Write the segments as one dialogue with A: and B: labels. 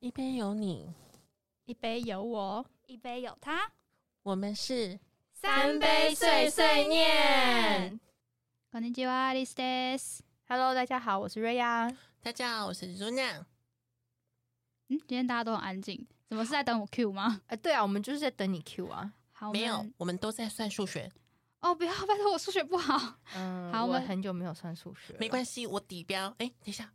A: 一边有你，
B: 一杯有我，
C: 一杯有他，
A: 我们是
B: 三杯碎碎念。こんにちは、リスです。Hello，大家好，我是瑞亚。嗯，
A: 大家好，我是朱娜。
B: 今天大家都很安静，怎么是在等我 Q 吗？
D: 哎、对啊，我们就是在等你 Q 啊。
B: 好，我们
A: 没有，我们都在算数学，
B: 哦，不要，拜托我数学不好。
D: 嗯，
B: 好我
D: 我
B: 们
D: 很久没有算数学了，
A: 没关系，我底标。哎、等一下，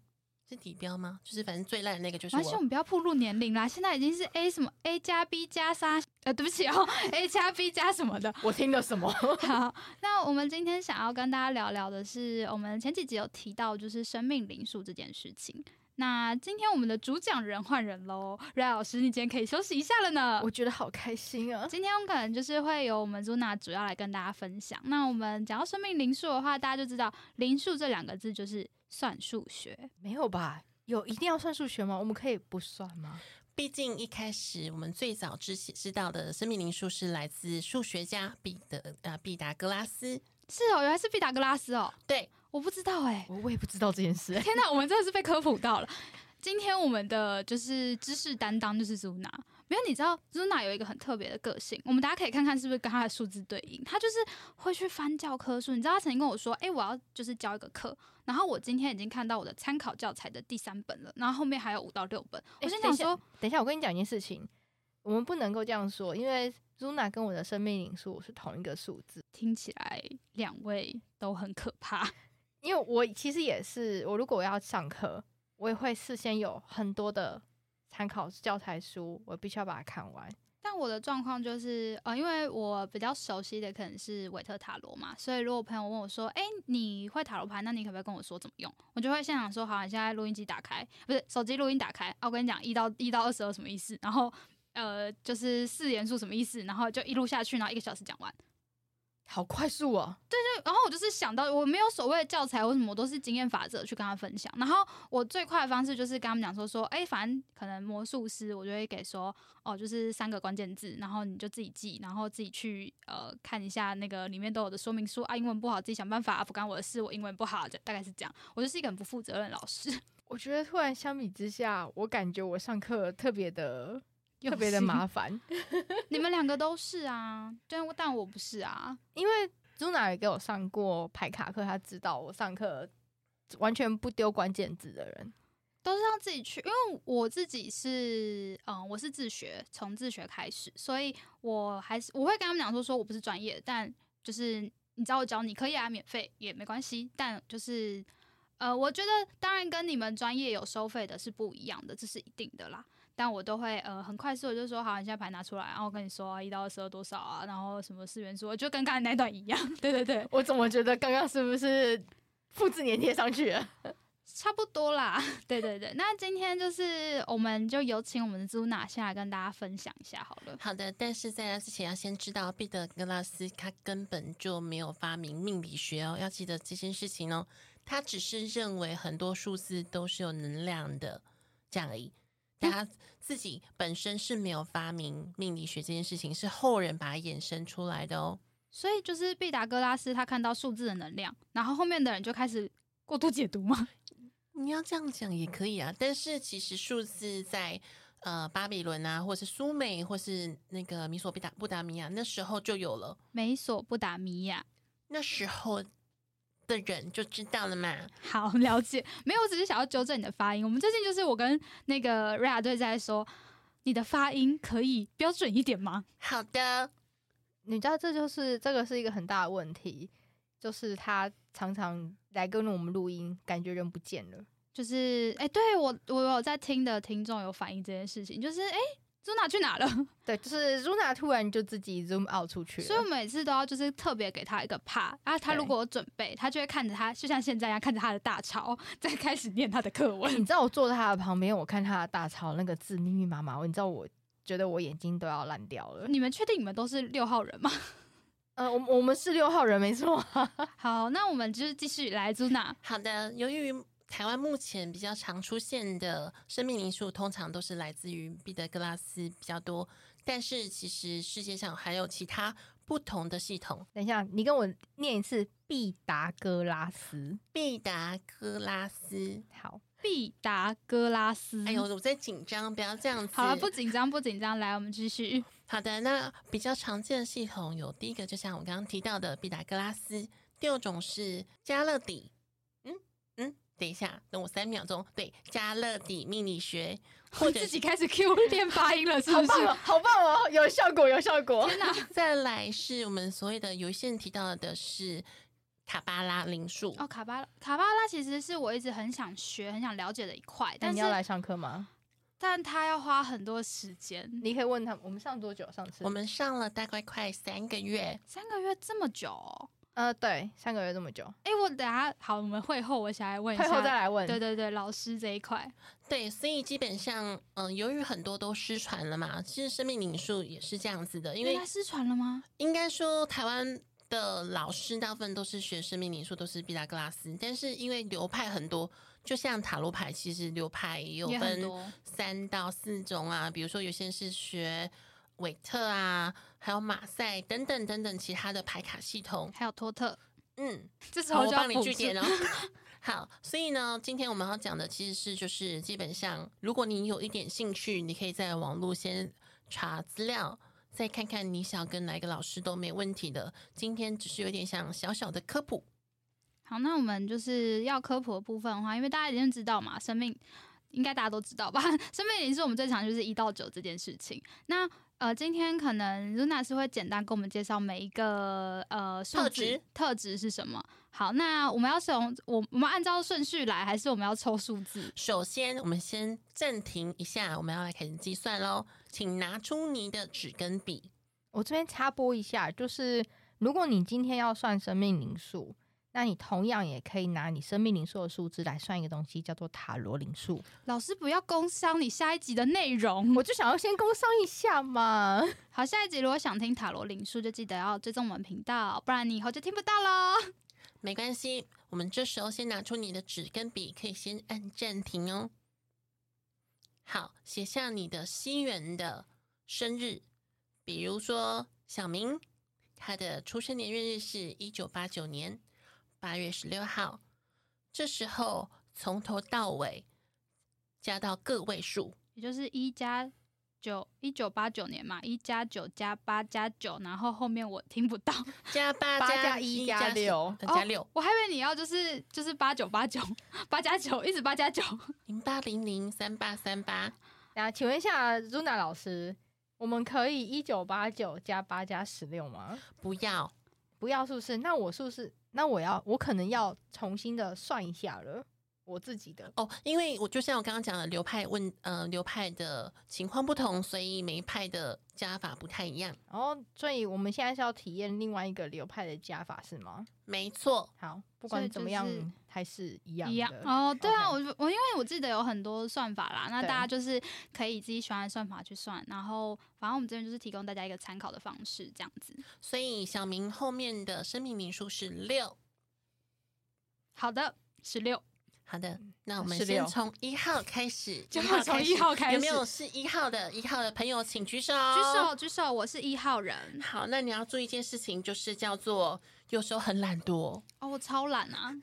A: 是底标吗？就是反正最烂的那个就是
B: 而且我
A: 我。
B: 们不要暴露年龄啦，现在已经是 A 什么 A 加 B 加三，呃，对不起哦，A 加 B 加什么的。
D: 我听了 什么？
B: 好，那我们今天想要跟大家聊聊的是，我们前几集有提到就是生命灵数这件事情。那今天我们的主讲人换人喽，瑞老师，你今天可以休息一下了呢。
D: 我觉得好开心啊！
B: 今天我们可能就是会由我们 Zuna 主要来跟大家分享。那我们讲到生命灵数的话，大家就知道灵数这两个字就是算数学。
D: 没有吧？有一定要算数学吗？我们可以不算吗？
A: 毕竟一开始我们最早知悉知道的生命灵数是来自数学家毕德啊毕达哥拉斯。
B: 是哦，原来是毕达哥拉斯哦，
A: 对，
B: 我不知道哎、
D: 我我也不知道这件事、
B: 天哪，我们真的是被科普到了。今天我们的就是知识担当就是 Zuna，没有你知道 Zuna 有一个很特别的个性，我们大家可以看看是不是跟她的数字对应。她就是会去翻教科书，你知道她曾经跟我说，诶，我要就是教一个课，然后我今天已经看到我的参考教材的第三本了，然后后面还有五到六本，我心想说，
D: 哎等一下，我跟你讲一件事情，我们不能够这样说，因为 Zuna 跟我的生命灵数是同一个数字。
B: 听起来两位都很可怕，
D: 因为我其实也是，我如果我要上课，我也会事先有很多的参考教材书，我必须要把它看完。
B: 但我的状况就是，呃，因为我比较熟悉的可能是韦特塔罗嘛，所以如果朋友问我说，哎、你会塔罗牌，那你可不可以跟我说怎么用？我就会现场说，好，你现在录音机打开，不是手机录音打开，啊、我跟你讲一到一到二十二什么意思，然后呃就是四连数什么意思，然后就一路下去，然后一个小时讲完。
D: 好快速哦！
B: 然后我就是想到，我没有所谓的教材或什么，我都是经验法则去跟他分享。然后我最快的方式就是跟他们讲说说，哎，反正可能魔术师，我就会给说，哦，就是三个关键字，然后你就自己记，然后自己去呃看一下那个里面都有的说明书啊，英文不好自己想办法，啊、不干我的事，我英文不好，就大概是这样。我就是一个很不负责任的老师，
D: 我觉得突然相比之下，我感觉我上课特别 的
B: 用
D: 特别的
B: 心
D: 麻烦，
B: 你们两个都是啊，但但我不是啊，
D: 因为 Zuna 也给我上过排卡课，他知道我上课完全不丢关键字的人。
B: 都是让自己去，因为我自己是，嗯，我是自学，从自学开始，所以我还是我会跟他们讲说，说我不是专业，但就是你找我教你可以啊，免费也没关系，但就是，呃，我觉得当然跟你们专业有收费的是不一样的，这是一定的啦。但我都会呃很快速的就说，好，你现在牌拿出来，然后我跟你说一到二十二多少啊，然后什么四元素，就跟刚才那段一样， 对对对，
D: 我怎么觉得刚刚是不是复制粘贴上去了？
B: 差不多啦， 对对对。那今天就是我们就有请我们的朱娜先来跟大家分享一下好了。
A: 好的，但是在那之前要先知道，毕德哥拉斯他根本就没有发明命理学哦，要记得这件事情哦。他只是认为很多数字都是有能量的，这样而已。但他自己本身是没有发明命理学这件事情，是后人把它衍生出来的哦。
B: 所以就是毕达哥拉斯他看到数字的能量，然后后面的人就开始过度解读 嘛。
A: 你要这样讲也可以啊，但是其实数字在呃巴比伦啊，或是苏美，或是那个米索比达布达米亚那时候就有了，
B: 美索不达米亚，
A: 那时候的人就知道了嘛。
B: 好了解。没有，我只是想要纠正你的发音。我们最近就是我跟那个瑞亚队在说，你的发音可以标准一点吗？
A: 好的，
D: 你知道，这就是这个是一个很大的问题，就是他常常来跟我们录音，感觉人不见了。
B: 就是哎、对我我有在听的听众有反映这件事情，就是哎，朱、娜去哪了？
D: 对，就是 Zuna 突然就自己 zoom out 出去了，
B: 所以我每次都要就是特别给他一个怕啊，他
D: 对
B: 如果有准备，他就会看着他，就像现在一样看着他的大潮，再开始念他的课文。
D: 你知道我坐在他的旁边，我看他的大抄那个字密密麻麻，你知道我觉得我眼睛都要烂掉了。
B: 你们确定你们都是六号人吗？
D: 呃，我我们是六号人没错啊，
B: 好，那我们就是继续来朱娜。
A: 好的。由于台湾目前比较常出现的生命灵数，通常都是来自于毕德哥拉斯比较多，但是其实世界上还有其他不同的系统。
D: 等一下，你跟我念一次毕达哥拉斯。
A: 毕达哥拉斯，
D: 好，
B: 毕达哥拉斯。
A: 哎呦，我在紧张，不要这样子。
B: 嗯好了，啊不紧张，不紧张，来，我们继续。
A: 好的，那比较常见的系统有第一个，就像我刚刚提到的毕达哥拉斯；第二种是加勒底。嗯嗯，等一下，等我三秒钟。对，加勒底命理学，或
B: 你
A: 者
B: 自
A: 是
B: 己开始 Q 练发音了，是
D: 好
B: 不
D: 棒
B: 是？
D: 哦，好棒哦，有效果，有效果。
A: 再来是我们所谓的有些人提到的是卡巴拉灵数。
B: 哦，卡巴拉，卡巴拉其实是我一直很想学、很想了解的一块，
D: 那
B: 但
D: 你
B: 是
D: 要来上课吗？
B: 但它要花很多时间。
D: 你可以问他们，我们上多久？上次
A: 我们上了大概快三个月，
B: 三个月这么久、哦？
D: 呃，对，上个月这么久，
B: 哎、我等下好，我们会后我想来问一下，
D: 会后再来问。
B: 对对对，老师这一块，
A: 对，所以基本上，嗯、由于很多都失传了嘛，其实生命灵数也是这样子的，因
B: 因为
A: 为
B: 他失传了吗？
A: 应该说台湾的老师大部分都是学生命灵数，都是毕达哥拉斯，但是因为流派很多，就像塔罗牌，其实流派也有
B: 也很
A: 分
B: 多，
A: 三到四种啊，比如说有些人是学韦特啊，还有马赛等等等等其他的牌卡系统，
B: 还有托特，
A: 嗯。
B: 这时
A: 好，
B: 候
A: 我
B: 就要
A: 帮你
B: 补
A: 据
B: 助
A: 点哦。 好，所以呢，今天我们要讲的其实是就是基本上，如果你有一点兴趣，你可以在网络先查资料，再看看你想跟哪一个老师都没问题的。今天只是有点像小小的科普，
B: 好，那我们就是要科普的部分的话，因为大家已经知道嘛，生命应该大家都知道吧？ 生命灵数我们最常就是一到九这件事情。那呃，今天可能 Luna 是会简单跟我们介绍每一个呃数
A: 特
B: 字
A: 质
B: 特质是什么。好，那我们要从我我们按照顺序来，还是我们要抽数字？
A: 首先我们先暂停一下，我们要来开始计算喽。请拿出你的纸跟笔。
D: 我这边插播一下，就是如果你今天要算生命灵数，那你同样也可以拿你生命灵数的数字来算一个东西，叫做塔罗灵数。
B: 老师不要工商你下一集的内容。
D: 我就想要先工商一下嘛。
B: 好，下一集如果想听塔罗灵数，就记得要追踪我们频道，不然你以后就听不到喽。
A: 没关系，我们这时候先拿出你的纸跟笔，可以先按暂停哦。好，写下你的西元的生日，比如说小明，他的出生年月日是一九八九年八月十六号。这时候从头到尾加到个位数，
B: 也就是一加九，一九八九年嘛，一加九加八加九，然后后面我听不到，
A: 加八
D: 八加一
A: 一
D: 加
A: 十
D: 六哦
A: 呃加六
B: 我还以为你要就是就是八九八九八加九，一直八加九。
A: 零八零零三八三八。
D: 那请问一下 Zuna 老师，我们可以一九八九加八加十六吗？
A: 不要，
D: 不要，是不是？那我是不是？那我要，我可能要重新的算一下了，我自己的。
A: 哦，因为我就像我刚刚讲的，流派问呃流派的情况不同，所以每一派的加法不太一样。
D: 然后，所以我们现在是要体验另外一个流派的加法是吗？
A: 没错，
D: 好，不
B: 所
D: 管
B: 以
D: 怎
B: 就
D: 么样
B: 是，
D: 还是一样的。
B: 一样哦，对啊，我
D: OK
B: 我因为我记得有很多算法啦，那
D: 对
B: 大家就是可以自己喜欢的算法去算，然后反正我们这边就是提供大家一个参考的方式，这样子。
A: 所以小明后面的生命名数是六。
B: 好的，十六，
A: 好的，那我们
D: 16
A: 先从一号开始，
B: 嗯 就
A: 1号
B: 从
A: 开始
B: 1号开始
A: 有没有是一号的？一号的朋友请举手，
B: 举手举手，我是一号人
A: 好，那你要注意一件事情，就是叫做有时候很懒惰。
B: 哦，我超懒啊，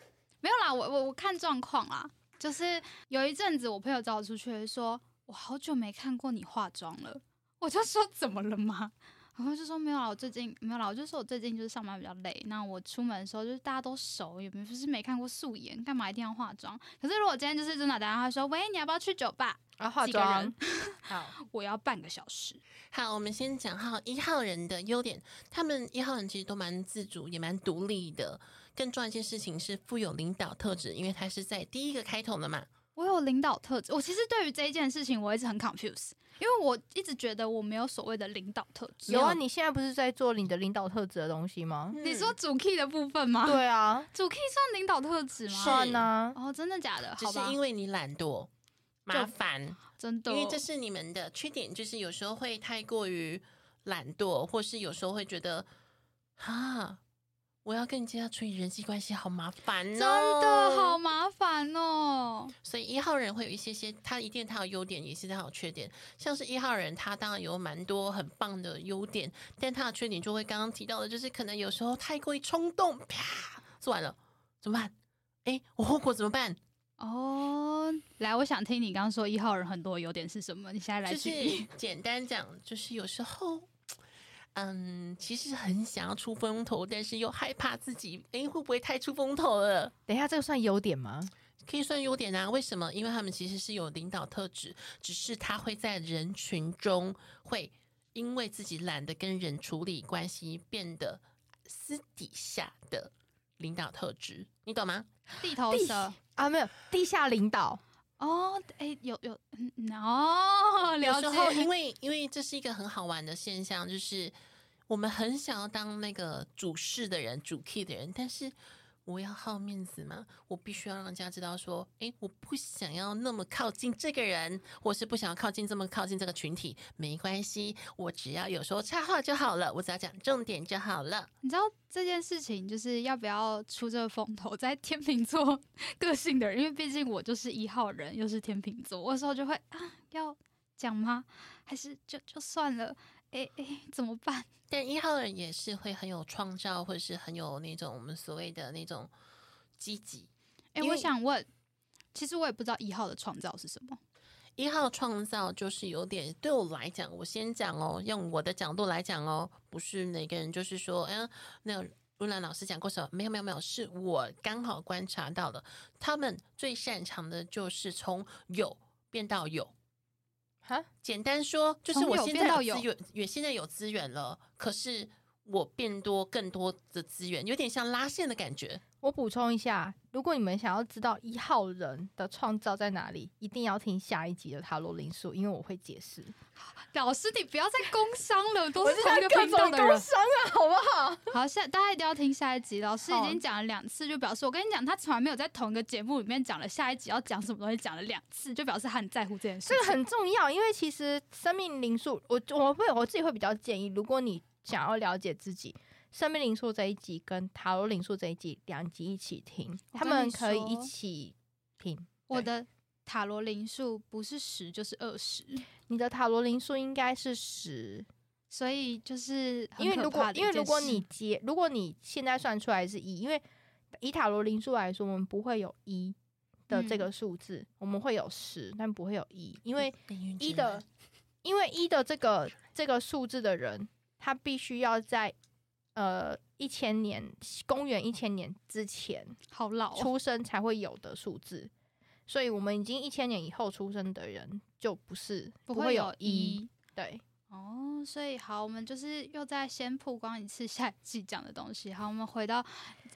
B: 没有啦，我我我看状况啦，就是有一阵子我朋友找我出去说，我好久没看过你化妆了，我就说怎么了吗？然后就说没有啦，我最近没有啦，我就说我最近就是上班比较累，那我出门的时候就是大家都熟，也不是没看过素颜，干嘛一定要化妆？可是如果今天就是真的打电话说，喂，你要不要去酒吧？
D: 啊，化
B: 几个人
D: 妆好，
B: 我要半个小时，
A: 好，我们先讲好一号人的优点。他们一号人其实都蛮自主，也蛮独立的。更重要一件事情是富有领导特质，因为他是在第一个开头的嘛。
B: 我有领导特质，我其实对于这一件事情我一直很 confuse，因为我一直觉得我没有所谓的领导特 质。
D: 有啊，你现在不是在做你的领导特质的东西吗？
A: 嗯
B: 你说主 key 的部分吗？，
D: 对啊，
B: 主 key 算领导特质吗？
A: 是
D: 算啊，
B: 哦，真的假的？
A: 只
B: 好
A: 是
B: 吧
A: 因，为你懒惰、麻烦，
B: 真的
A: 因
B: 哦，
A: 为这是你们的缺点，就是有时候会太过于懒惰，或是有时候会觉得啊，我要跟人家处理人际关系好麻烦、哦，
B: 真的好麻烦哦。
A: 所以一号人会有一些些，他一定他有优点，也是他有缺点。像是一号人，他当然有蛮多很棒的优点，但他的缺点就会刚刚提到的，就是可能有时候太过于冲动，啪，做完了怎么办？哎，我后果怎么办？
B: 哦，来，我想听你刚刚说一号人很多的优点是什么？你现在来
A: 就
B: 举
A: 是
B: 例。
A: 简单讲，就是有时候，嗯，其实很想要出风头，但是又害怕自己，诶，会不会太出风头了？
D: 等一下，这个算优点吗？
A: 可以算优点啊？为什么？因为他们其实是有领导特质，只是他会在人群中会因为自己懒得跟人处理关系，变得私底下的领导特质，你懂吗？
B: 地头蛇
D: 啊，没有，地下领导
B: 哦，哎、有有，嗯，嗯哦，
A: 有
B: 了
A: 时候，因
B: 解，
A: 为因为这是一个很好玩的现象，就是我们很想要当那个主事的人、主 key 的人，但是我要好面子嘛，我必须要让人家知道说，诶，我不想要那么靠近这个人，或是不想要靠近这么靠近这个群体，没关系，我只要有时候插话就好了，我只要讲重点就好了。
B: 你知道这件事情就是要不要出这个风头， 在天秤座个性的人，因为毕竟我就是一号人，又是天秤座，我有时候就会啊，要讲吗？还是就就算了？哎、哎、怎么办？
A: 但一号人也是会很有创造，或者是很有那种我们所谓的那种积极。
B: 哎、
A: 因
B: 我
A: 为
B: 想问，其实我也不知道一号的创造是什么。
A: 一号创造就是有点对我来讲，我先讲哦，用我的角度来讲哦，不是每个人就是说，哎呀，那温兰老师讲过什么？没有没有没有，是我刚好观察到的，他们最擅长的就是从有变到有。
D: 哈，
A: 简单说，就是
B: 从
A: 我
B: 有
A: 现
B: 变
A: 在
B: 到
A: 有
B: 有
A: 资源，也现在有资源了，可是我变多更多的资源，有点像拉线的感觉。
D: 我补充一下，如果你们想要知道一号人的创造在哪里，一定要听下一集的塔罗灵数，因为我会解释。
B: 老师，你不要再工伤了，都
D: 我
B: 是同一个频道的
D: 工
B: 人。
D: 伤啊，好不好？
B: 好，下大家一定要听下一集。老师已
D: 好
B: 经讲了两次，就表示我跟你讲，他从来没有在同一个节目里面讲了下一集要讲什么东西，讲了两次，就表示他很在乎这件事
D: 这个
B: 情。
D: 很重要，因为其实生命灵数，我我会我自己会比较建议，如果你想要了解自己。生命灵数这一集跟塔罗灵数这一集两集一起听，
B: 我
D: 他
B: 跟
D: 们
B: 你
D: 可以
B: 说
D: 一起听。
B: 我的塔罗灵数不是十就是二十，
D: 你的塔罗灵数应该是十，
B: 所以就是很
D: 因为
B: 可
D: 如
B: 怕
D: 果
B: 的一
D: 因为
B: 件
D: 如果
B: 事
D: 你接，如果你现在算出来是一，因为以塔罗灵数来说，我们不会有一的这
B: 嗯
D: 个数字，我们会有十，但不会有一，因为
A: 命运之
D: 一的
A: 门，
D: 因为一的这个这个数字的人，他必须要在呃一千年公元一千年之前
B: 好老、哦，
D: 出生才会有的数字，所以我们已经一千年以后出生的人就不是
B: 不
D: 会
B: 会
D: 有
B: 有
D: 一，
B: 一
D: 对，
B: 哦，所以好，我们就是又再先曝光一次下一季讲的东西。好，我们回到，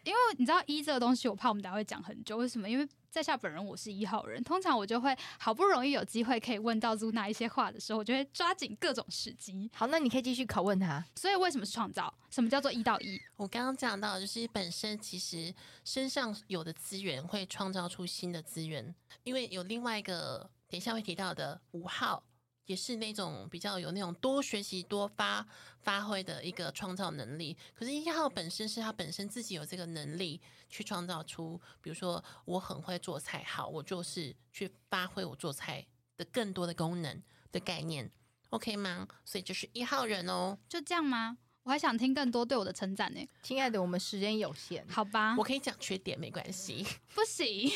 B: 因为你知道一这个东西，我怕我们等下会讲很久。为什么？因为在下本人我是一号人，通常我就会好不容易有机会可以问到 Zuna 一些话的时候，我就会抓紧各种时机。
D: 好，那你可以继续拷问他。
B: 所以为什么是创造？什么叫做一到一？
A: 我刚刚讲到，就是本身其实身上有的资源会创造出新的资源，因为有另外一个等一下会提到的五号，也是那种比较有那种多学习、多发发挥的一个创造能力。可是一号本身是他本身自己有这个能力去创造出，比如说我很会做菜，好，我就是去发挥我做菜的更多的功能的概念，OK 吗？所以就是一号人哦。
B: 就这样吗？我还想听更多对我的称赞呢。
D: 亲爱的，我们时间有限，
B: 好吧
A: 我，可以讲缺点没关系。
B: 不行。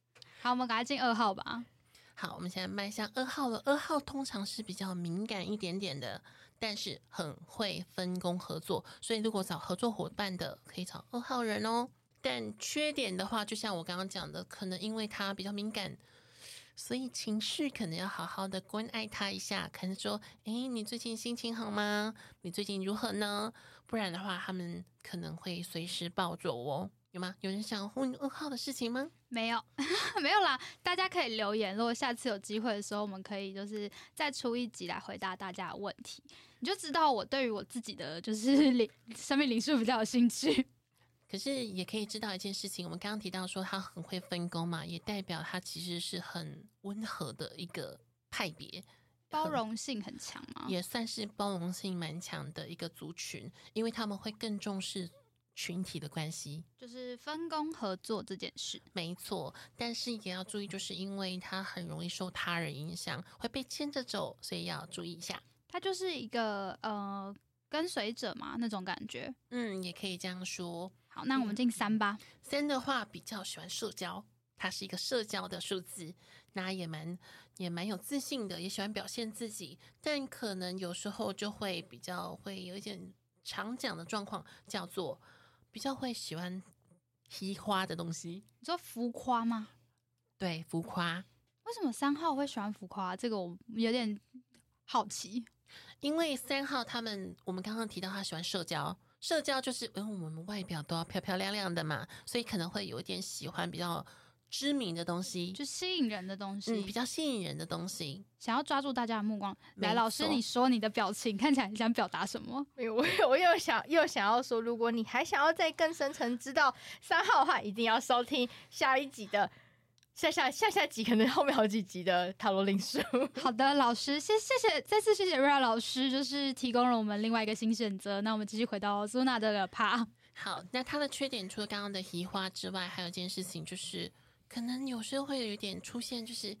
B: 好，我们赶快进二号吧。
A: 好，我们现在迈向二号了。二号通常是比较敏感一点点的，但是很会分工合作，所以如果找合作伙伴的，可以找二号人哦。但缺点的话，就像我刚刚讲的，可能因为他比较敏感，所以情绪可能要好好的关爱他一下，可能说：“诶，你最近心情好吗？你最近如何呢？”不然的话，他们可能会随时暴走哦。有吗？有人想问二号的事情吗？
B: 没有， 没有啦，大家可以留言。如果下次有机会的时候，我们可以就是再出一集来回答大家的问题，你就知道我对于我自己的就是灵生命灵数比较有兴趣。
A: 可是也可以知道一件事情，我们刚刚提到说他很会分工嘛，也代表他其实是很温和的一个派别，
B: 包容性很强嘛，
A: 也算是包容性蛮强的一个族群，因为他们会更重视群体的关系。
B: 就是分工合作这件事。
A: 没错，但是也要注意，就是因为他很容易受他人影响，会被牵着走，所以要注意一下。
B: 它就是一个呃跟随者嘛那种感觉。
A: 嗯，也可以这样说。
B: 好，那我们进三吧。
A: 三的话比较喜欢社交，它是一个社交的数字，那也蛮也蛮有自信的，也喜欢表现自己，但可能有时候就会比较会有一点常讲的状况，叫做比较会喜欢嘻花的东西，
B: 你说浮夸吗？
A: 对，浮夸。
B: 为什么三号会喜欢浮夸？啊这个我有点好奇。
A: 因为三号他们，我们刚刚提到他喜欢社交，社交就是因为我们外表都要漂漂亮亮的嘛，所以可能会有一点喜欢比较知名的东西，
B: 就吸引人的东西，
A: 嗯，比较吸引人的东西。
B: 想要抓住大家的目光。
A: 没
B: 来，老师，
A: 错
B: 你说你的表情看起来你想表达什么？
D: 没有，我我又想又想要说，如果你还想要再更深层知道三号的话，一定要收听下一集的下下下下集，可能后面好几集的塔罗灵书。
B: 好的，老师，谢谢谢，再次谢谢 Ra 老师，就是提供了我们另外一个新选择。那我们继续回到 Zuna 的趴，
A: 好，那他的缺点除了刚刚的移花之外，还有一件事情就是，可能有时候会有一点出现，就是。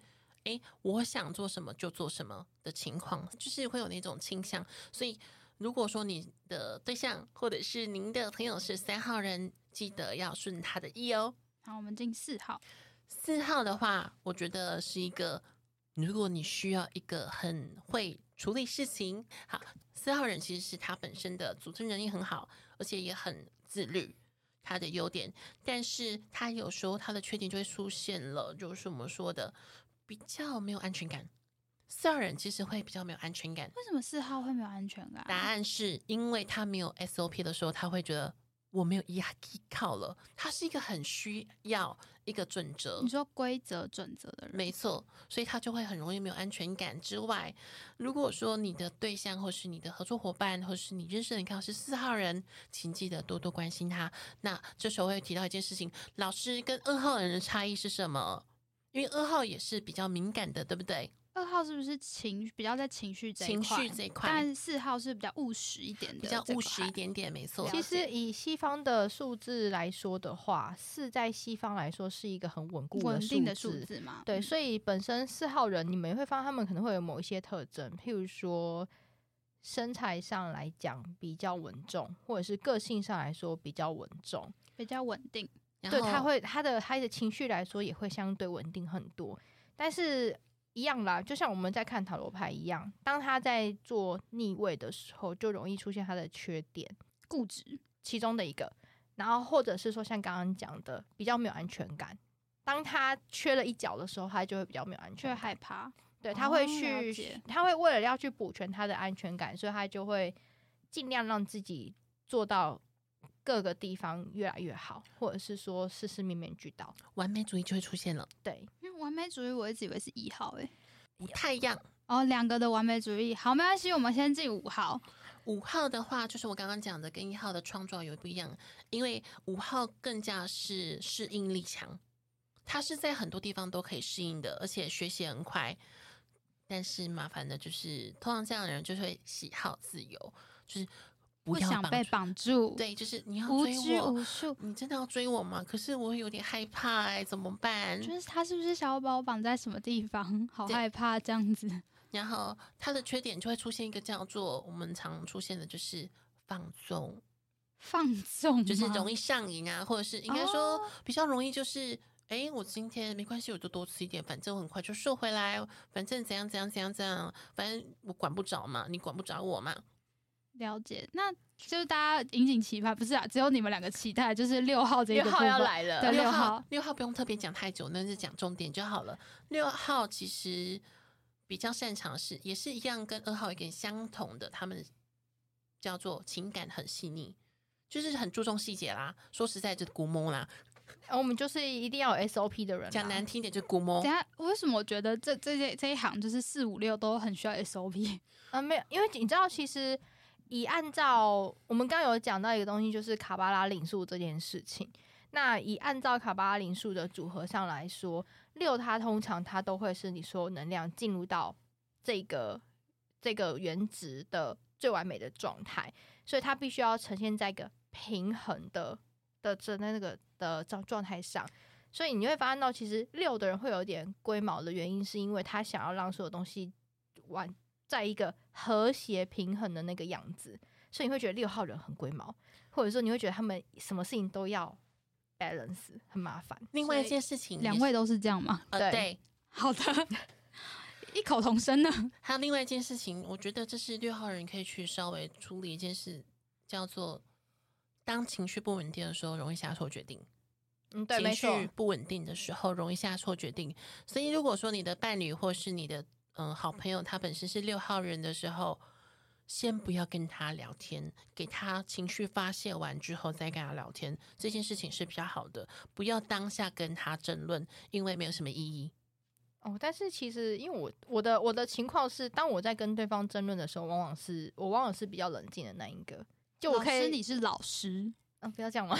A: 诶，我想做什么就做什么的情况，就是会有那种倾向。所以，如果说你的对象或者是您的朋友是三号人，记得要顺他的意哦。
B: 好，我们进四号。
A: 四号的话，我觉得是一个，如果你需要一个很会处理事情，好，四号人其实是他本身的组织能力很好，而且也很自律，他的优点。但是他有时候他的缺点就会出现了，就是我们说的比较没有安全感。四号人其实会比较没有安全感，
B: 为什么四号会没有安全感？啊
A: 答案是因为他没有 SOP 的时候，他会觉得我没有依依靠了。他是一个很需要一个准则，
B: 你说规则准则的人，
A: 没错，所以他就会很容易没有安全感。之外，如果说你的对象或是你的合作伙伴，或是你认识的人刚好是四号人，请记得多多关心他。那这时候会提到一件事情，老师跟二号人的差异是什么？因为二号也是比较敏感的，对不对？
B: 二号是不是情比较在情绪这一
A: 情
B: 块
A: 绪这一块
B: 但四号是比较务实一点的，
A: 比较务实一。点点，没错。
B: 了
D: 其
B: 解
D: 实以西方的数字来说的话，四在西方来说是一个很稳固
B: 稳定的数
D: 字。
B: 字嗯嘛，
D: 对，所以本身四号人，你们也会发现他们可能会有某一些特征，譬如说身材上来讲比较稳重，或者是个性上来说比较稳重。
B: 以比较稳定。
A: 然后
D: 对，他会他的他的情绪来说也会相对稳定很多，但是一样啦，就像我们在看塔罗牌一样，当他在做逆位的时候，就容易出现他的缺点
B: 固执，
D: 其中的一个，然后或者是说像刚刚讲的比较没有安全感，当他缺了一角的时候，他就会比较没有安
B: 却
D: 全
B: 害
D: 感，
B: 怕。
D: 对，
B: 哦
D: 他会
B: 了
D: 去、
B: 解
D: 他会为了要去补全他的安全感，所以他就会尽量让自己做到。各个地方越来越好，或者是说事事面面俱到，
A: 完美主义就会出现了。
D: 对，
B: 因为完美主义，我一直以为是一号欸诶、
D: 哎
A: 不太一样。
B: 哦，两个的完美主义，好，没关系，我们先进五号。
A: 五号的话，就是我刚刚讲的，跟一号的创造有不一样，因为五号更加是适应力强，他是在很多地方都可以适应的，而且学习很快。但是麻烦的就是，通常这样的人就会喜好自由，就是不要
B: 想
A: 绑
B: 被
A: 住，
B: 绑住，，
A: 对，就是你要
B: 无
A: 追
B: 知
A: 我，嗯
B: 无数。
A: 你真的要追我吗？可是我有点害怕、哎，怎么办？
B: 就是他是不是想要把我绑在什么地方？好
A: 对
B: 害怕这样子。
A: 然后他的缺点就会出现一个叫做我们常出现的就是放纵。
B: 放纵吗，
A: 就是容易上瘾啊，或者是应该说
B: 哦
A: 比较容易就是。诶，我今天没关系，我就多吃一点，反正我很快就瘦回来，哦反正怎样怎样怎样怎样，反正我管不着嘛，你管不着我嘛。
B: 了解。那就是大家引颈期盼，不是啊？只有你们两个期待，就是六号这一
D: 六
B: 个部
D: 号
B: 分
D: 要。来
B: 对
A: 六
D: 了，
B: 呃六
A: 号
B: 号，
A: 六号不用特别讲太久，那就讲重点就好了。六号其实比较擅长是，也是一样跟二号有点相同的，他们叫做情感很细腻，就是很注重细节啦。说实在就是估摸啦，
D: 我们就是一定要有 SOP 的人啦。啊
A: 讲难听点就是估摸
B: 等一。下为什么我觉得这这这这一行就是四五六都很需要 SOP？
D: 啊，没有，因为你知道，其实以按照我们刚刚有讲到一个东西，就是卡巴拉领数这件事情。那以按照卡巴拉领数的组合上来说，六它通常它都会是你所有能量进入到这个这个原值的最完美的状态，所以它必须要呈现在一个平衡的的的那个的状状态上。所以你会发现到，其实六的人会有点龟毛的原因，是因为他想要让所有东西完在一个和谐平衡的那个样子，所以你会觉得六号人很龟毛，或者说你会觉得他们什么事情都要 balance，很麻烦。
A: 另外一件事嗯情也是，
B: 两位都是这样吗？
A: 呃
D: 对
A: 对，
B: 好的，异口同声呢。
A: 还有另外一件事情，我觉得这是六号人可以去稍微处理一件事，叫做当情绪不稳定的时候，容易下错决定。
D: 嗯，对，
A: 情
D: 没错，
A: 绪不稳定的时候，容易下错决定。所以，如果说你的伴侣或是你的嗯好朋友，他本身是六号人的时候，先不要跟他聊天，给他情绪发泄完之后再跟他聊天，这件事情是比较好的。不要当下跟他争论，因为没有什么意 义。
D: 哦，但是其实因为我我的我的情况是，当我在跟对方争论的时候，往往是我往往是比较冷静的那一个，就我可
B: 老师
D: 以，
B: 你是老师，
D: 啊、不要这样嘛，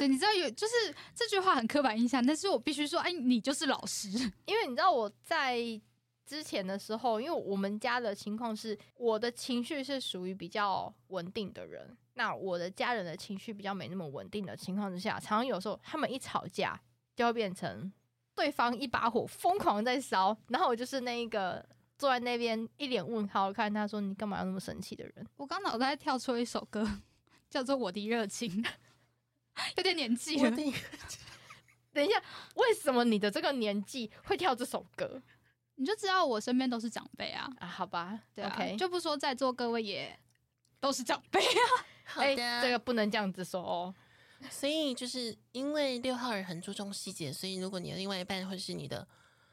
B: 对，你知道有就是这句话很刻板印象，但是我必须说，哎，你就是老师，
D: 因为你知道我在之前的时候，因为我们家的情况是，我的情绪是属于比较稳定的人，那我的家人的情绪比较没那么稳定的情况之下，常常有时候他们一吵架就会变成对方一把火疯狂在烧，然后我就是那一个坐在那边一脸问号看他说你干嘛要那么生气的人。
B: 我刚脑袋跳出一首歌，叫做《我的热情》，有点年纪
A: 我
B: 了。
A: 的
D: 等一下，为什么你的这个年纪会跳这首歌
B: 你就知道我身边都是长辈啊，
D: 啊？好吧，
B: 对啊
D: o k
B: 就不说在座各位也都是长辈。啊
A: 好
D: 哎、
A: 的，
D: 这个不能这样子说哦。
A: 所以就是因为六号人很注重细节，所以如果你的另外一半或是你的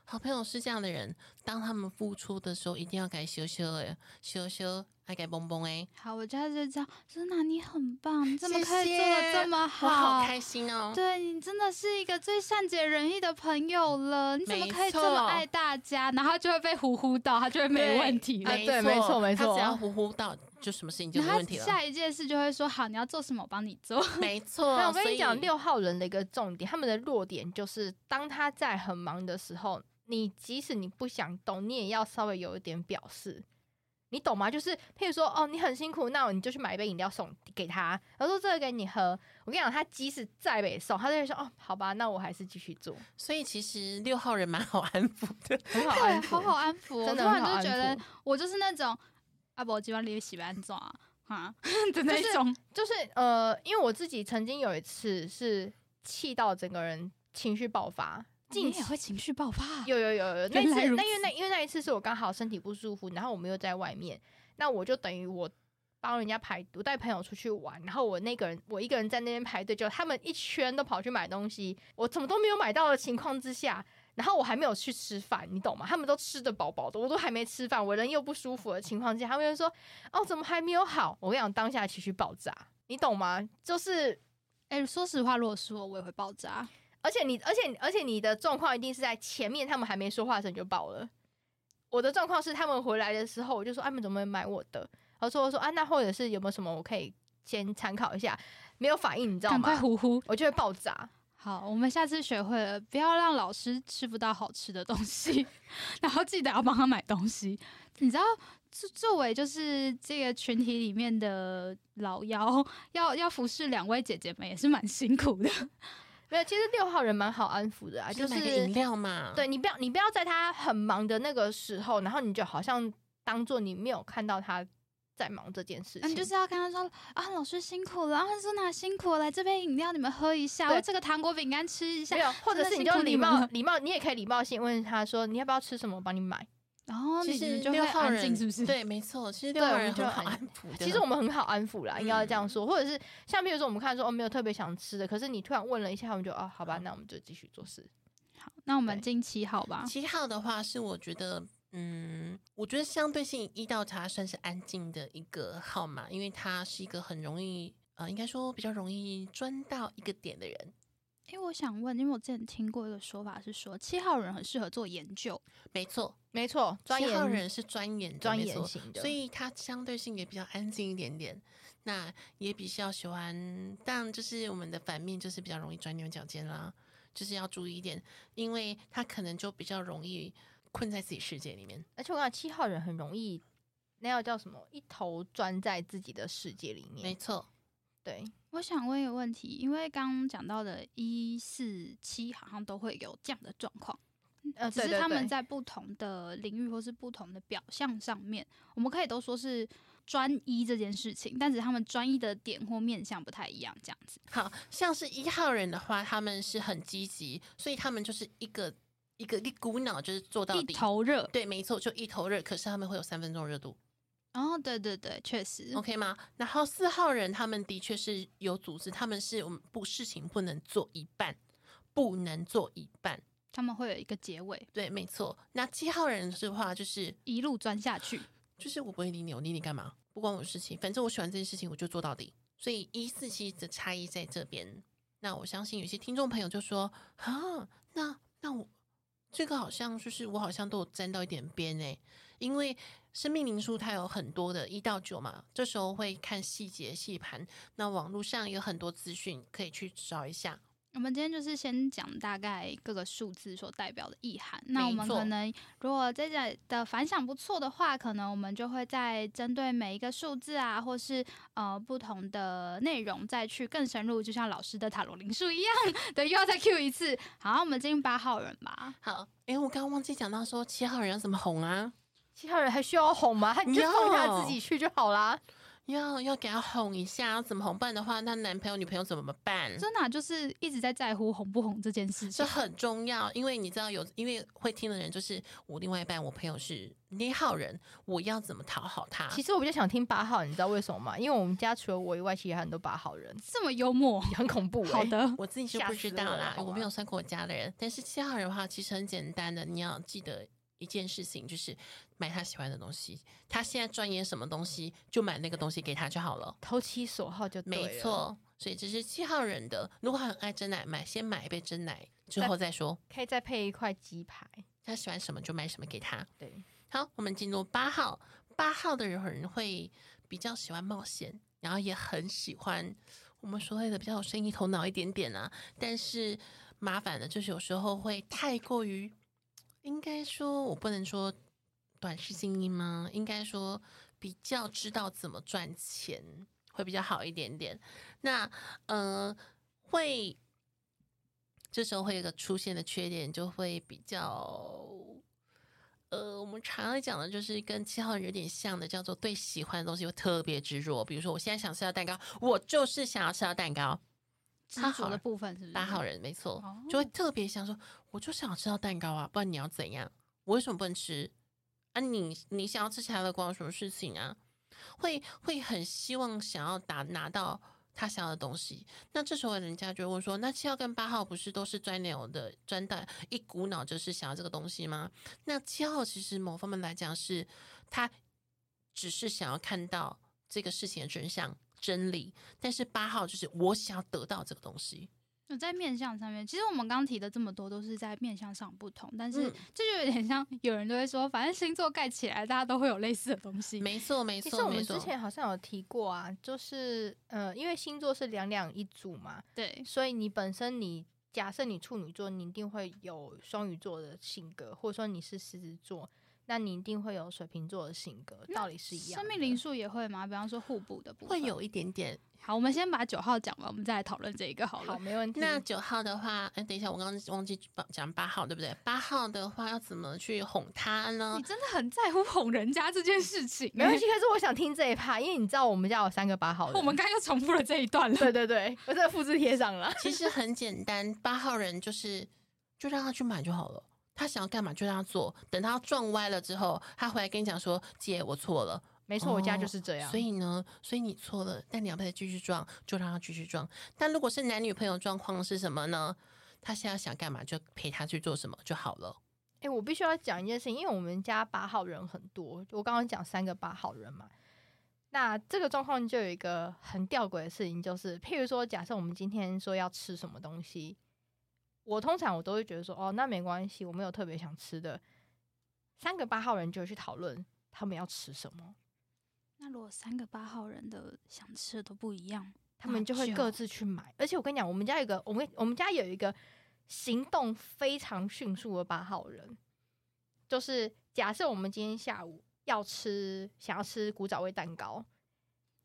A: 好朋友是这样的人，当他们付出的时候，一定要改羞羞哎，羞羞还改蹦蹦哎，
B: 好，我家就这样，真的啊你很棒，你怎么可以
A: 谢
B: 做的
A: 谢
B: 这么
A: 我好
B: 好？
A: 开心哦！
B: 对你真的是一个最善解人意的朋友了，你怎么
A: 没
B: 可以这么
A: 错
B: 爱大家？然后他就会被呼呼到，他就会没
A: 对
B: 问题了
D: 啊。对没错没
A: 他
D: 错
A: 只要呼呼到，就什么事情就
B: 然
A: 没
B: 后
A: 问
B: 他
A: 题了。
B: 下一件事就会说好，你要做什么，我帮你做。
A: 没错，
B: 啊
D: 那我跟
A: 所
D: 你
A: 以
D: 讲，六号人的一个重点，他们的弱点就是，当他在很忙的时候，你即使你不想动，你也要稍微有一点表示，你懂吗？就是譬如说，哦，你很辛苦，那你就去买一杯饮料送给他，然后说这个给你喝。我跟你讲，他即使再北送，他就会说，哦，好吧，那我还是继续做，
A: 所以其实六号人蛮好安抚的。
D: 很好
B: 对，
D: 安抚，
B: 好好安抚哦。我
D: 真
B: 突
D: 的很
B: 然
D: 好安
B: 就
D: 抚
B: 觉得，我就是那种啊，不，我今晚你洗完妆啊，啊 的那
D: 就是
B: 种。
D: 就是呃，因为我自己曾经有一次是气到整个人情绪爆发，近
B: 你
D: 期
B: 也会情绪爆发啊？
D: 有有有有，那
B: 原来
D: 次
B: 如
D: 那因为那因为那一次是我刚好身体不舒服，然后我们又在外面，那我就等于我帮人家排，我带朋友出去玩，然后我那个人我一个人在那边排队，就他们一圈都跑去买东西，我怎么都没有买到的情况之下。然后我还没有去吃饭，你懂吗？他们都吃的饱饱的，我都还没吃饭，我人又不舒服的情况之下，他们就说：“哦，怎么还没有好？”我跟你讲，当下情绪爆炸，你懂吗？就是
B: 哎、说实话，如果是我，我也会爆炸。
D: 而且你，而且而且你的状况一定是在前面他们还没说话的时候你就爆了。我的状况是他们回来的时候，我就说啊你们怎么没买我的？然后说我说啊那或者是有没有什么我可以先参考一下？没有反应你知道
B: 赶快
D: 吗？
B: 呼呼。
D: 我就会爆炸。
B: 好，我们下次学会了，不要让老师吃不到好吃的东西， 然后记得要帮他买东西。你知道，作作为就是这个群体里面的老幺，要要服侍两位姐姐们也是蛮辛苦的。
D: 没有，其实六号人蛮好安抚的啊，
A: 就
D: 就
A: 是买个饮料嘛，
D: 对你不要你不要在他很忙的那个时候，然后你就好像当做你没有看到他在忙这件事
B: 那
D: 情。
B: 你嗯就是要跟他说啊，老师辛苦了，啊，苏娜辛苦了，来这杯饮料你们喝一下，
D: 对
B: 我这个糖果饼干吃一下
D: 没。有，或者
B: 真的
D: 是你
B: 辛
D: 就
B: 苦
D: 礼
B: 你们
D: 貌
B: 了
D: 礼貌，你也可以礼貌性问他说你要不要吃什么，我帮你买。
B: 然后
A: 其
B: 你
A: 实
B: 们就会
A: 六号
B: 安
A: 人
B: 静，是不是？，
A: 对，没错，其实
D: 对
A: 六号
D: 我们
A: 人
D: 就
A: 很好
D: 很
A: 安抚的。
D: 其实我们很好安抚啦，应该要这样
A: 嗯
D: 说，或者是像比如说我们看说哦没有特别想吃的，可是你突然问了一下，我们就啊好吧，那我们就继续做事。
B: 好，那我们
D: 对
B: 近期好吧？
A: 七号的话是我觉得，嗯，我觉得相对性一到茶算是安静的一个号码，因为他是一个很容易，呃，应该说比较容易钻到一个点的人。
B: 因为我想问，因为我之前听过一个说法是说，七号人很适合做研究，
A: 没错，
D: 没错，专
A: 七号
D: 业
A: 人是钻研的
D: 专
A: 没
D: 业
A: 错
D: 型的，
A: 所以他相对性也比较安静一点点，那也比较喜欢。但就是我们的反面就是比较容易钻牛角尖啦，就是要注意一点，因为他可能就比较容易困在自己世界里面。
D: 而且我感觉七号人很容易，那要叫什么？一头钻在自己的世界里
A: 没
D: 面。
A: 错，
D: 对，
B: 我想问一个问题，因为刚刚讲到的一四七好像都会有这样的状况，
A: 嗯
D: 呃，
B: 只
D: 对
B: 是
D: 对
B: 他们
D: 对，
B: 在不同的领域或是不同的表象上面，我们可以都说是专一这件事情，但只是他们专一的点或面向不太一样，这样子。
A: 好像是一号人的话，他们是很积极，所以他们就是一个一个一股脑就是做到
B: 一
A: 底。
B: 头热，
A: 对，没错，就一头热。可是他们会有三分钟热度
B: 哦，对对对，确实。
A: ，OK 吗？然后四号人他们的确是有组织，他们是我们不事情不能做一半，不能做一半。
B: 他们会有一个结尾，
A: 对，没错。那七号人的话就是
B: 一路钻下去。
A: 就是我不会理你，我理你干嘛？不关我的事情，反正我喜欢这件事情，我就做到底。所以一四七的差异在这边。那我相信有些听众朋友就说啊，那那我这个好像就是我好像都有沾到一点边哎、因为生命灵数它有很多的一到九嘛，这时候会看细节细盘。那网络上有很多资讯可以去找一下。
B: 我们今天就是先讲大概各个数字所代表的意涵。那我
A: 没
B: 们
A: 错
B: 可能如果这个的反响不错的话，可能我们就会再针对每一个数字啊，或是呃不同的内容再去更深入，就像老师的塔罗灵数一样。 对，又要再 Q 一次。好，我们进八号人吧。
A: 好，诶，我刚刚忘记讲到说七号人要怎么红啊？
D: 七号人还需要哄吗？他你就放他
A: 要
D: 自己去就好啦。
A: 要要给他哄一下，要怎么红办的话，那男朋友女朋友怎么办？
B: 真的啊、就是一直在在乎红不红这件事
A: 嗯这
B: 情。
A: 很重要，因为你知道有，因为会听的人就是我另外一半，我朋友是那号人，我要怎么讨好他？
D: 其实我比较想听八号，你知道为什么吗？因为我们家除了我以外，其他人都八号人，
B: 这么幽默，
D: 很恐怖、欸。
B: 好，的，
A: 我自己就
D: 吓
A: 不
D: 死
A: 知道
D: 我了
A: 啦，
D: 好
A: 我没
D: 吧
A: 有算过我家的人。但是七号人的话，其实很简单的，你要记得一件事情，就是买他喜欢的东西。他现在钻研什么东西，就买那个东西给他就好了。
D: 投其所好就对了啊
A: 没，错，所以这是七号人的。如果他很爱真奶，买先买一杯真奶，之
D: 那
A: 后再说。
D: 可以再配一块鸡排。
A: 他喜欢什么就买什么给他。
D: 对，
A: 好，我们进入八号。八号的人会比较喜欢冒险，然后也很喜欢我们所谓的比较有生意头脑一点点啊。但是麻烦的就是有时候会太过于，应该说我不能说短视精英吗？应该说比较知道怎么赚钱会比较好一点点。那呃，会这时候会有一个出现的缺点，就会比较呃，我们常常讲的就是跟七号人有点像的，叫做对喜欢的东西会特别执着。比如说，我现在想吃到蛋糕，我就是想要吃到蛋糕。
B: 知
A: 八
B: 足
A: 号
B: 的
A: 人
B: 部分是不是？
A: 八号人没错
B: 嗯哦，
A: 就会特别想说，我就想吃到蛋糕啊，不然你要怎样？我为什么不能吃？啊你，你想要吃起来的关我什么事情啊？会会很希望想要达拿到他想要的东西。那这时候人家就会问说，那七号跟八号不是都是钻牛的钻蛋，一股脑就是想要这个东西吗？那七号其实某方面来讲是，他只是想要看到这个事情的真相。真理，但是八号就是我想要得到这个东西，
B: 那在面相上面，其实我们刚提的这么多都是在面相上不同，但是
A: 嗯
B: 这就有点像有人都会说，反正星座盖起来，大家都会有类似的东西。
A: 没错，没
D: 其
A: 错，
D: 实我们
A: 没错
D: 之前好像有提过啊，就是呃，因为星座是两两一组嘛，
B: 对，
D: 所以你本身你假设你处女座，你一定会有双鱼座的性格，或者说你是狮子座，那你一定会有水瓶座的性格，
B: 那
D: 道理是一样的。
B: 生命灵数也会吗？比方说互补的部分
A: 会。有一点点。
B: 好，我们先把九号讲完，我们再来讨论这一个好了。
D: 好，没问题。
A: 那九号的话，哎，等一下，我刚刚忘记讲八号，对不对？八号的话要怎么去哄他呢
B: 你？真的很在乎哄人家这件事情、欸
D: 没关系，可是我想听这一趴，因为你知道我们家有三个八号人，
B: 我们刚刚又重复了这一段了。
D: 对对对，我这复制贴上 了。
A: 其实很简单，八号人就是就让他去买就好了，他想要干嘛就让他做。等他撞歪了之后，他回来跟你讲说：“姐，我错了。”
D: 没错，我家就是这样。
A: 所以呢，所以你错了，但你要不要再继续撞，就让他继续撞。但如果是男女朋友状况是什么呢？他现在想干嘛就陪他去做什么就好了。
D: 哎、我必须要讲一件事情，因为我们家八号人很多，我刚刚讲三个八号人嘛。那这个状况就有一个很吊诡的事情，就是譬如说，假设我们今天说要吃什么东西，我通常我都会觉得说，哦，那没关系，我没有特别想吃的。三个八号人就会去讨论他们要吃什么，
B: 那如果三个八号人的想吃的都不一样，
D: 他们就会
B: 那
D: 各自去买。而且我跟你讲，我们家有一个，我们我们家有一个行动非常迅速的八号人，就是假设我们今天下午要吃，想要吃古早味蛋糕，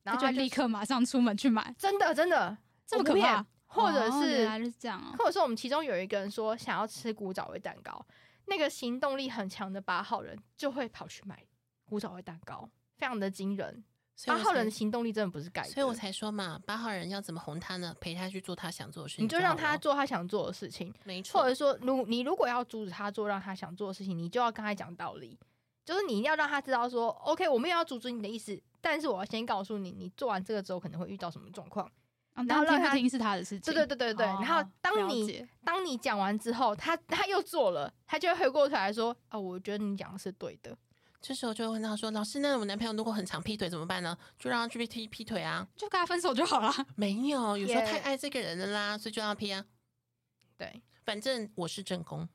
D: 然后
B: 他就
D: 他
B: 会
D: 就
B: 立刻马上出门去买，
D: 真的真的
B: 这么
D: 我不
B: 可
D: 骗
B: 怕。
D: 或者
B: 哦
D: 是、
B: 原来是这样哦。
D: 或者说我们其中有一个人说想要吃古早味蛋糕，那个行动力很强的八号人就会跑去买古早味蛋糕，非常的惊人。
A: 所以
D: 八
A: 我
D: 号人的
A: 才，
D: 行动力真的不是盖的，
A: 所以我才说嘛，八号人要怎么哄他呢？陪他去做他想做的事情，
D: 你就让
A: 好
D: 他
A: 了，
D: 做他想做的事情，
A: 没
D: 或
A: 错
D: 者，说，如你如果要阻止他做让他想做的事情，你就要跟他讲道理，就是你一定要让他知道说，OK，我没有要阻止你的意思，但是我要先告诉你，你做完这个之后可能会遇到什么状况。
B: 嗯
D: 然后
B: 但听
D: 让
B: 不
D: 他
B: 听是他的事情。
D: 对对对对对。
B: 哦
D: 然后当
B: 了
D: 你
B: 解
D: 当你讲完之后，他他又做了，他就会回过头来说，啊、我觉得你讲的是对的。
A: 这时候就会问他说：“老师，那我男朋友如果很常劈腿怎么办呢？就让他去劈劈腿啊？
B: 就跟他分手就好了。
A: 没有，有时候
D: 也
A: 太爱这个人了啦，所以就让他劈啊。
D: 对，
A: 反正我是正宫，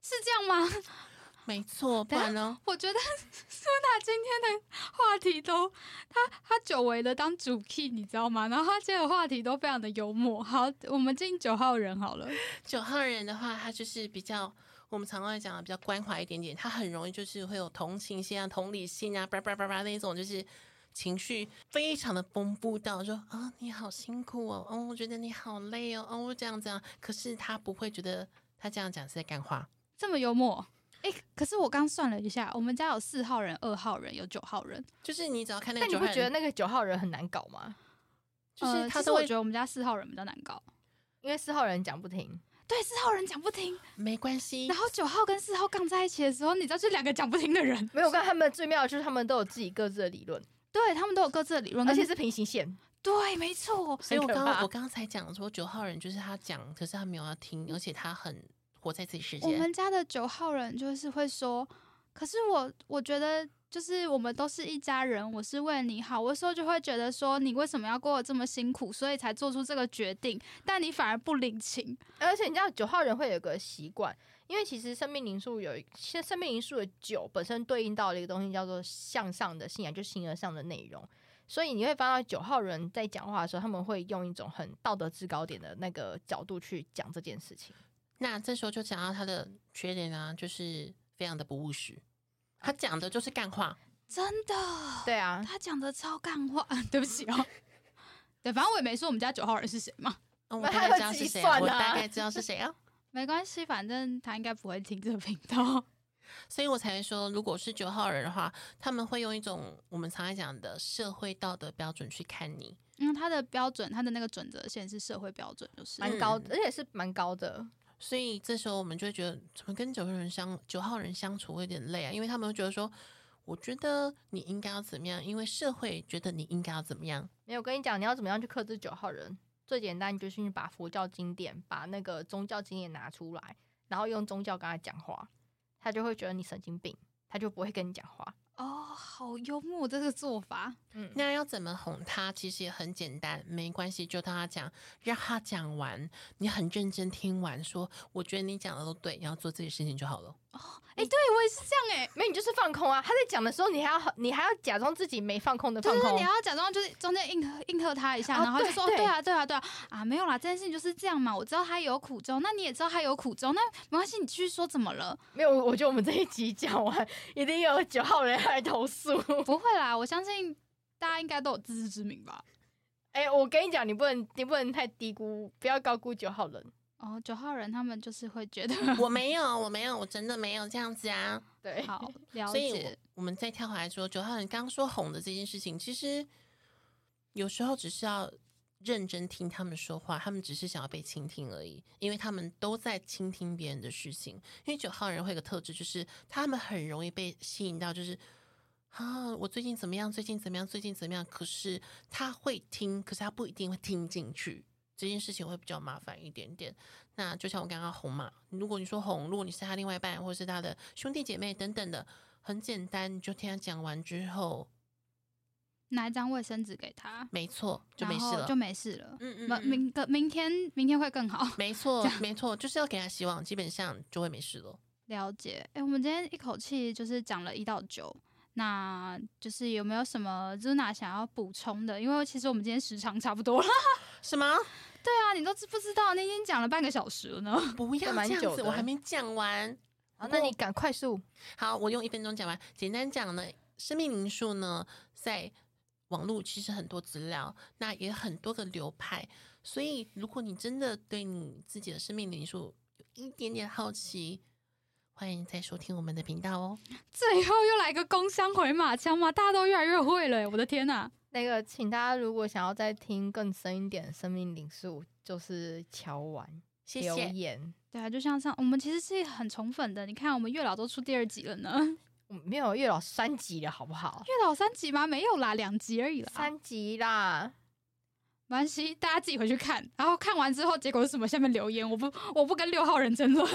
B: 是这样吗？
A: 没错，不
B: 等一下
A: 然呢？
B: 我觉得 苏娜今天的话题都，她她久违的当主 key，你知道吗？然后她今天的话题都非常的幽默。好，我们进九号人好了。
A: 九号人的话，他就是比较我们常常会讲的比较关怀一点点，他很容易就是会有同情心啊、同理心啊、叭叭叭叭那种，就是情绪非常的丰富到说啊、你好辛苦哦，哦我觉得你好累哦，哦这样这样，可是他不会觉得他这样讲是在干话，
B: 这么幽默。哎、可是我刚算了一下，我们家有四号人、二号人，有九号人。
A: 就是你只要看那
D: 但
A: 个九
D: 你不
A: 号
D: 觉得
A: 人，
D: 那个九号人很难搞吗？
A: 就是
B: 呃、
A: 他
B: 其实
A: 都
B: 我
A: 会
B: 觉得我们家四号人比较难搞。
D: 因为四号人讲不停，
B: 对，四号人讲不听，
A: 没关系
B: 然，后九号跟四号杠在一起的时候，你知道，就是两个讲不听的人。
D: 没有。我跟他们最妙的就是他们都有自己各自的理论，
B: 对他们都有各自的理论，
D: 而且哦
B: 跟
D: 是平行线。
B: 对，没错。
A: 所以我
D: 很可
A: 刚
D: 怕
A: 刚我刚才讲说九号人就是他讲，可是他没有要听，而且他很活在自己世
B: 我
A: 界。
B: 们家的九号人就是会说，可是我我觉得就是我们都是一家人，我是为你好。我有时候就会觉得说，你为什么要过得这么辛苦，所以才做出这个决定，但你反而不领情。
D: 而且你知道九号人会有一个习惯，因为其实生命灵数有一，现生命灵数的九本身对应到了一个东西叫做向上的信仰，就形而上的内容。所以你会发现九号人在讲话的时候，他们会用一种很道德制高点的那个角度去讲这件事情，
A: 那这时候就讲到他的缺点啊，就是非常的不务实。他讲的就是干话，
B: 真的，
D: 对啊，
B: 他讲的超干话， 对不起哦。对，反正我也没说我们家九号人是谁嘛，
A: 嗯，我
D: 那
A: 大
D: 他
A: 概知
D: 要
A: 道
D: 自己
A: 是谁啊，
D: 算
A: 我
D: 啊
A: 大概知道是谁啊，
B: 没关系，反正他应该不会听这个频道。
A: 所以我才说，如果是九号人的话，他们会用一种我们常爱讲的社会道德标准去看你，
B: 因为他的标准，他的那个准则线是社会标准，就是
D: 蛮高的，而且是蛮高的。
A: 所以这时候我们就会觉得，怎么跟九号人相九号人相处会有点累啊？因为他们会觉得说，我觉得你应该要怎么样，因为社会觉得你应该要怎么样。
D: 没有，我跟你讲，你要怎么样去克制九号人？最简单，你就是你把佛教经典、把那个宗教经典拿出来，然后用宗教跟他讲话，他就会觉得你神经病，他就不会跟你讲话。
B: 哦，好幽默这个做法。
D: 嗯，
A: 那要怎么哄他？其实也很简单，没关系，就让他讲，让他讲完，你很认真听完，说我觉得你讲的都对，然后做这些事情就好了。
B: 哎、对我也是这样哎、
D: 没有，你就是放空啊！他在讲的时候，你还要你还要假装自己没放空的
B: 就
D: 放
B: 是
D: 空。
B: 啊你要假装就是中间应和应和他一下，
D: 哦
B: 然后就
D: 对
B: 说、哦
D: 对
B: 对啊对啊对啊啊没有啦，这件事情就是这样嘛，我知道他有苦衷，那你也知道他有苦衷，那没关系，你继续说怎么了？
D: 没有，我觉得我们这一集讲完，一定有九号人来投诉。
B: 不会啦，我相信大家应该都有自知之明吧。
D: 哎、我跟你讲，你不能你不能太低估，不要高估九号人。
B: 哦，九号人他们就是会觉得
A: 我没有，我没有，我真的没有这样子啊。
D: 对，
B: 好了
A: 所以我
B: 解，
A: 我们再跳回来说，九号人刚刚说哄的这件事情，其实有时候只是要认真听他们说话，他们只是想要被倾听而已，因为他们都在倾听别人的事情。因为九号人会有个特质，就是他们很容易被吸引到，就是啊，我最近怎么样，最近怎么样，最近怎么样。可是他会听，可是他不一定会听进去。这件事情会比较麻烦一点点。那就像我刚刚哄嘛，如果你说哄，如果你是他另外一半或者是他的兄弟姐妹等等的，很简单，你就听他讲完之后，
B: 拿一张卫生纸给他，
A: 没错，就
B: 然
A: 没事
B: 后
A: 了。
B: 就没事了。
A: 嗯
B: 明明个明天明天会更好。
A: 没错，没错，就是要给他希望，基本上就会没事了。
B: 了解，哎、我们今天一口气就是讲了一到九，那就是有没有什么 Zuna 想要补充的？因为其实我们今天时长差不多了。
A: 什么？
B: 对啊，你都知不知道？你已经讲了半个小时了呢。
A: 不要
D: 蛮
A: 这样
D: 久
A: 子，
D: 的
A: 我还没讲完。
D: 好，那你赶快速。
A: 好，我用一分钟讲完。简单讲呢，生命灵数呢，在网络其实很多资料，那也很多个流派，所以如果你真的对你自己的生命灵数有一点点好奇，欢迎再收听我们的频道哦。
B: 最后又来个工伤回马枪嘛，大家都越来越会了，我的天呐、
D: 那个，请大家如果想要再听更深一点的生命灵数，就是乔丸
A: 谢
D: 留
A: 谢，
D: 言。
B: 对啊，就像上我们其实是很宠粉的，你看我们月老都出第二集了呢， 月
D: 我嗯们没有月老三集了，好不好？
B: 老三集吗？没有啦，两集而已啦。
D: 三集啦，
B: 没关系，大家自己回去看。然后看完之后，结果是什么？下面留言，我不，我不跟六号人争论。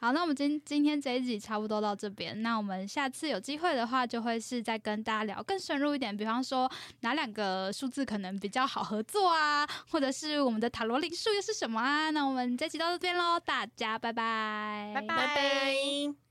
B: 好，那我们今今天这一集差不多到这边。那我们下次有机会的话，就会是再跟大家聊更深入一点，比方说哪两个数字可能比较好合作啊，或者是我们的塔罗灵数又是什么啊？那我们这集到这边喽，大家拜拜，
D: 拜拜
A: 拜拜。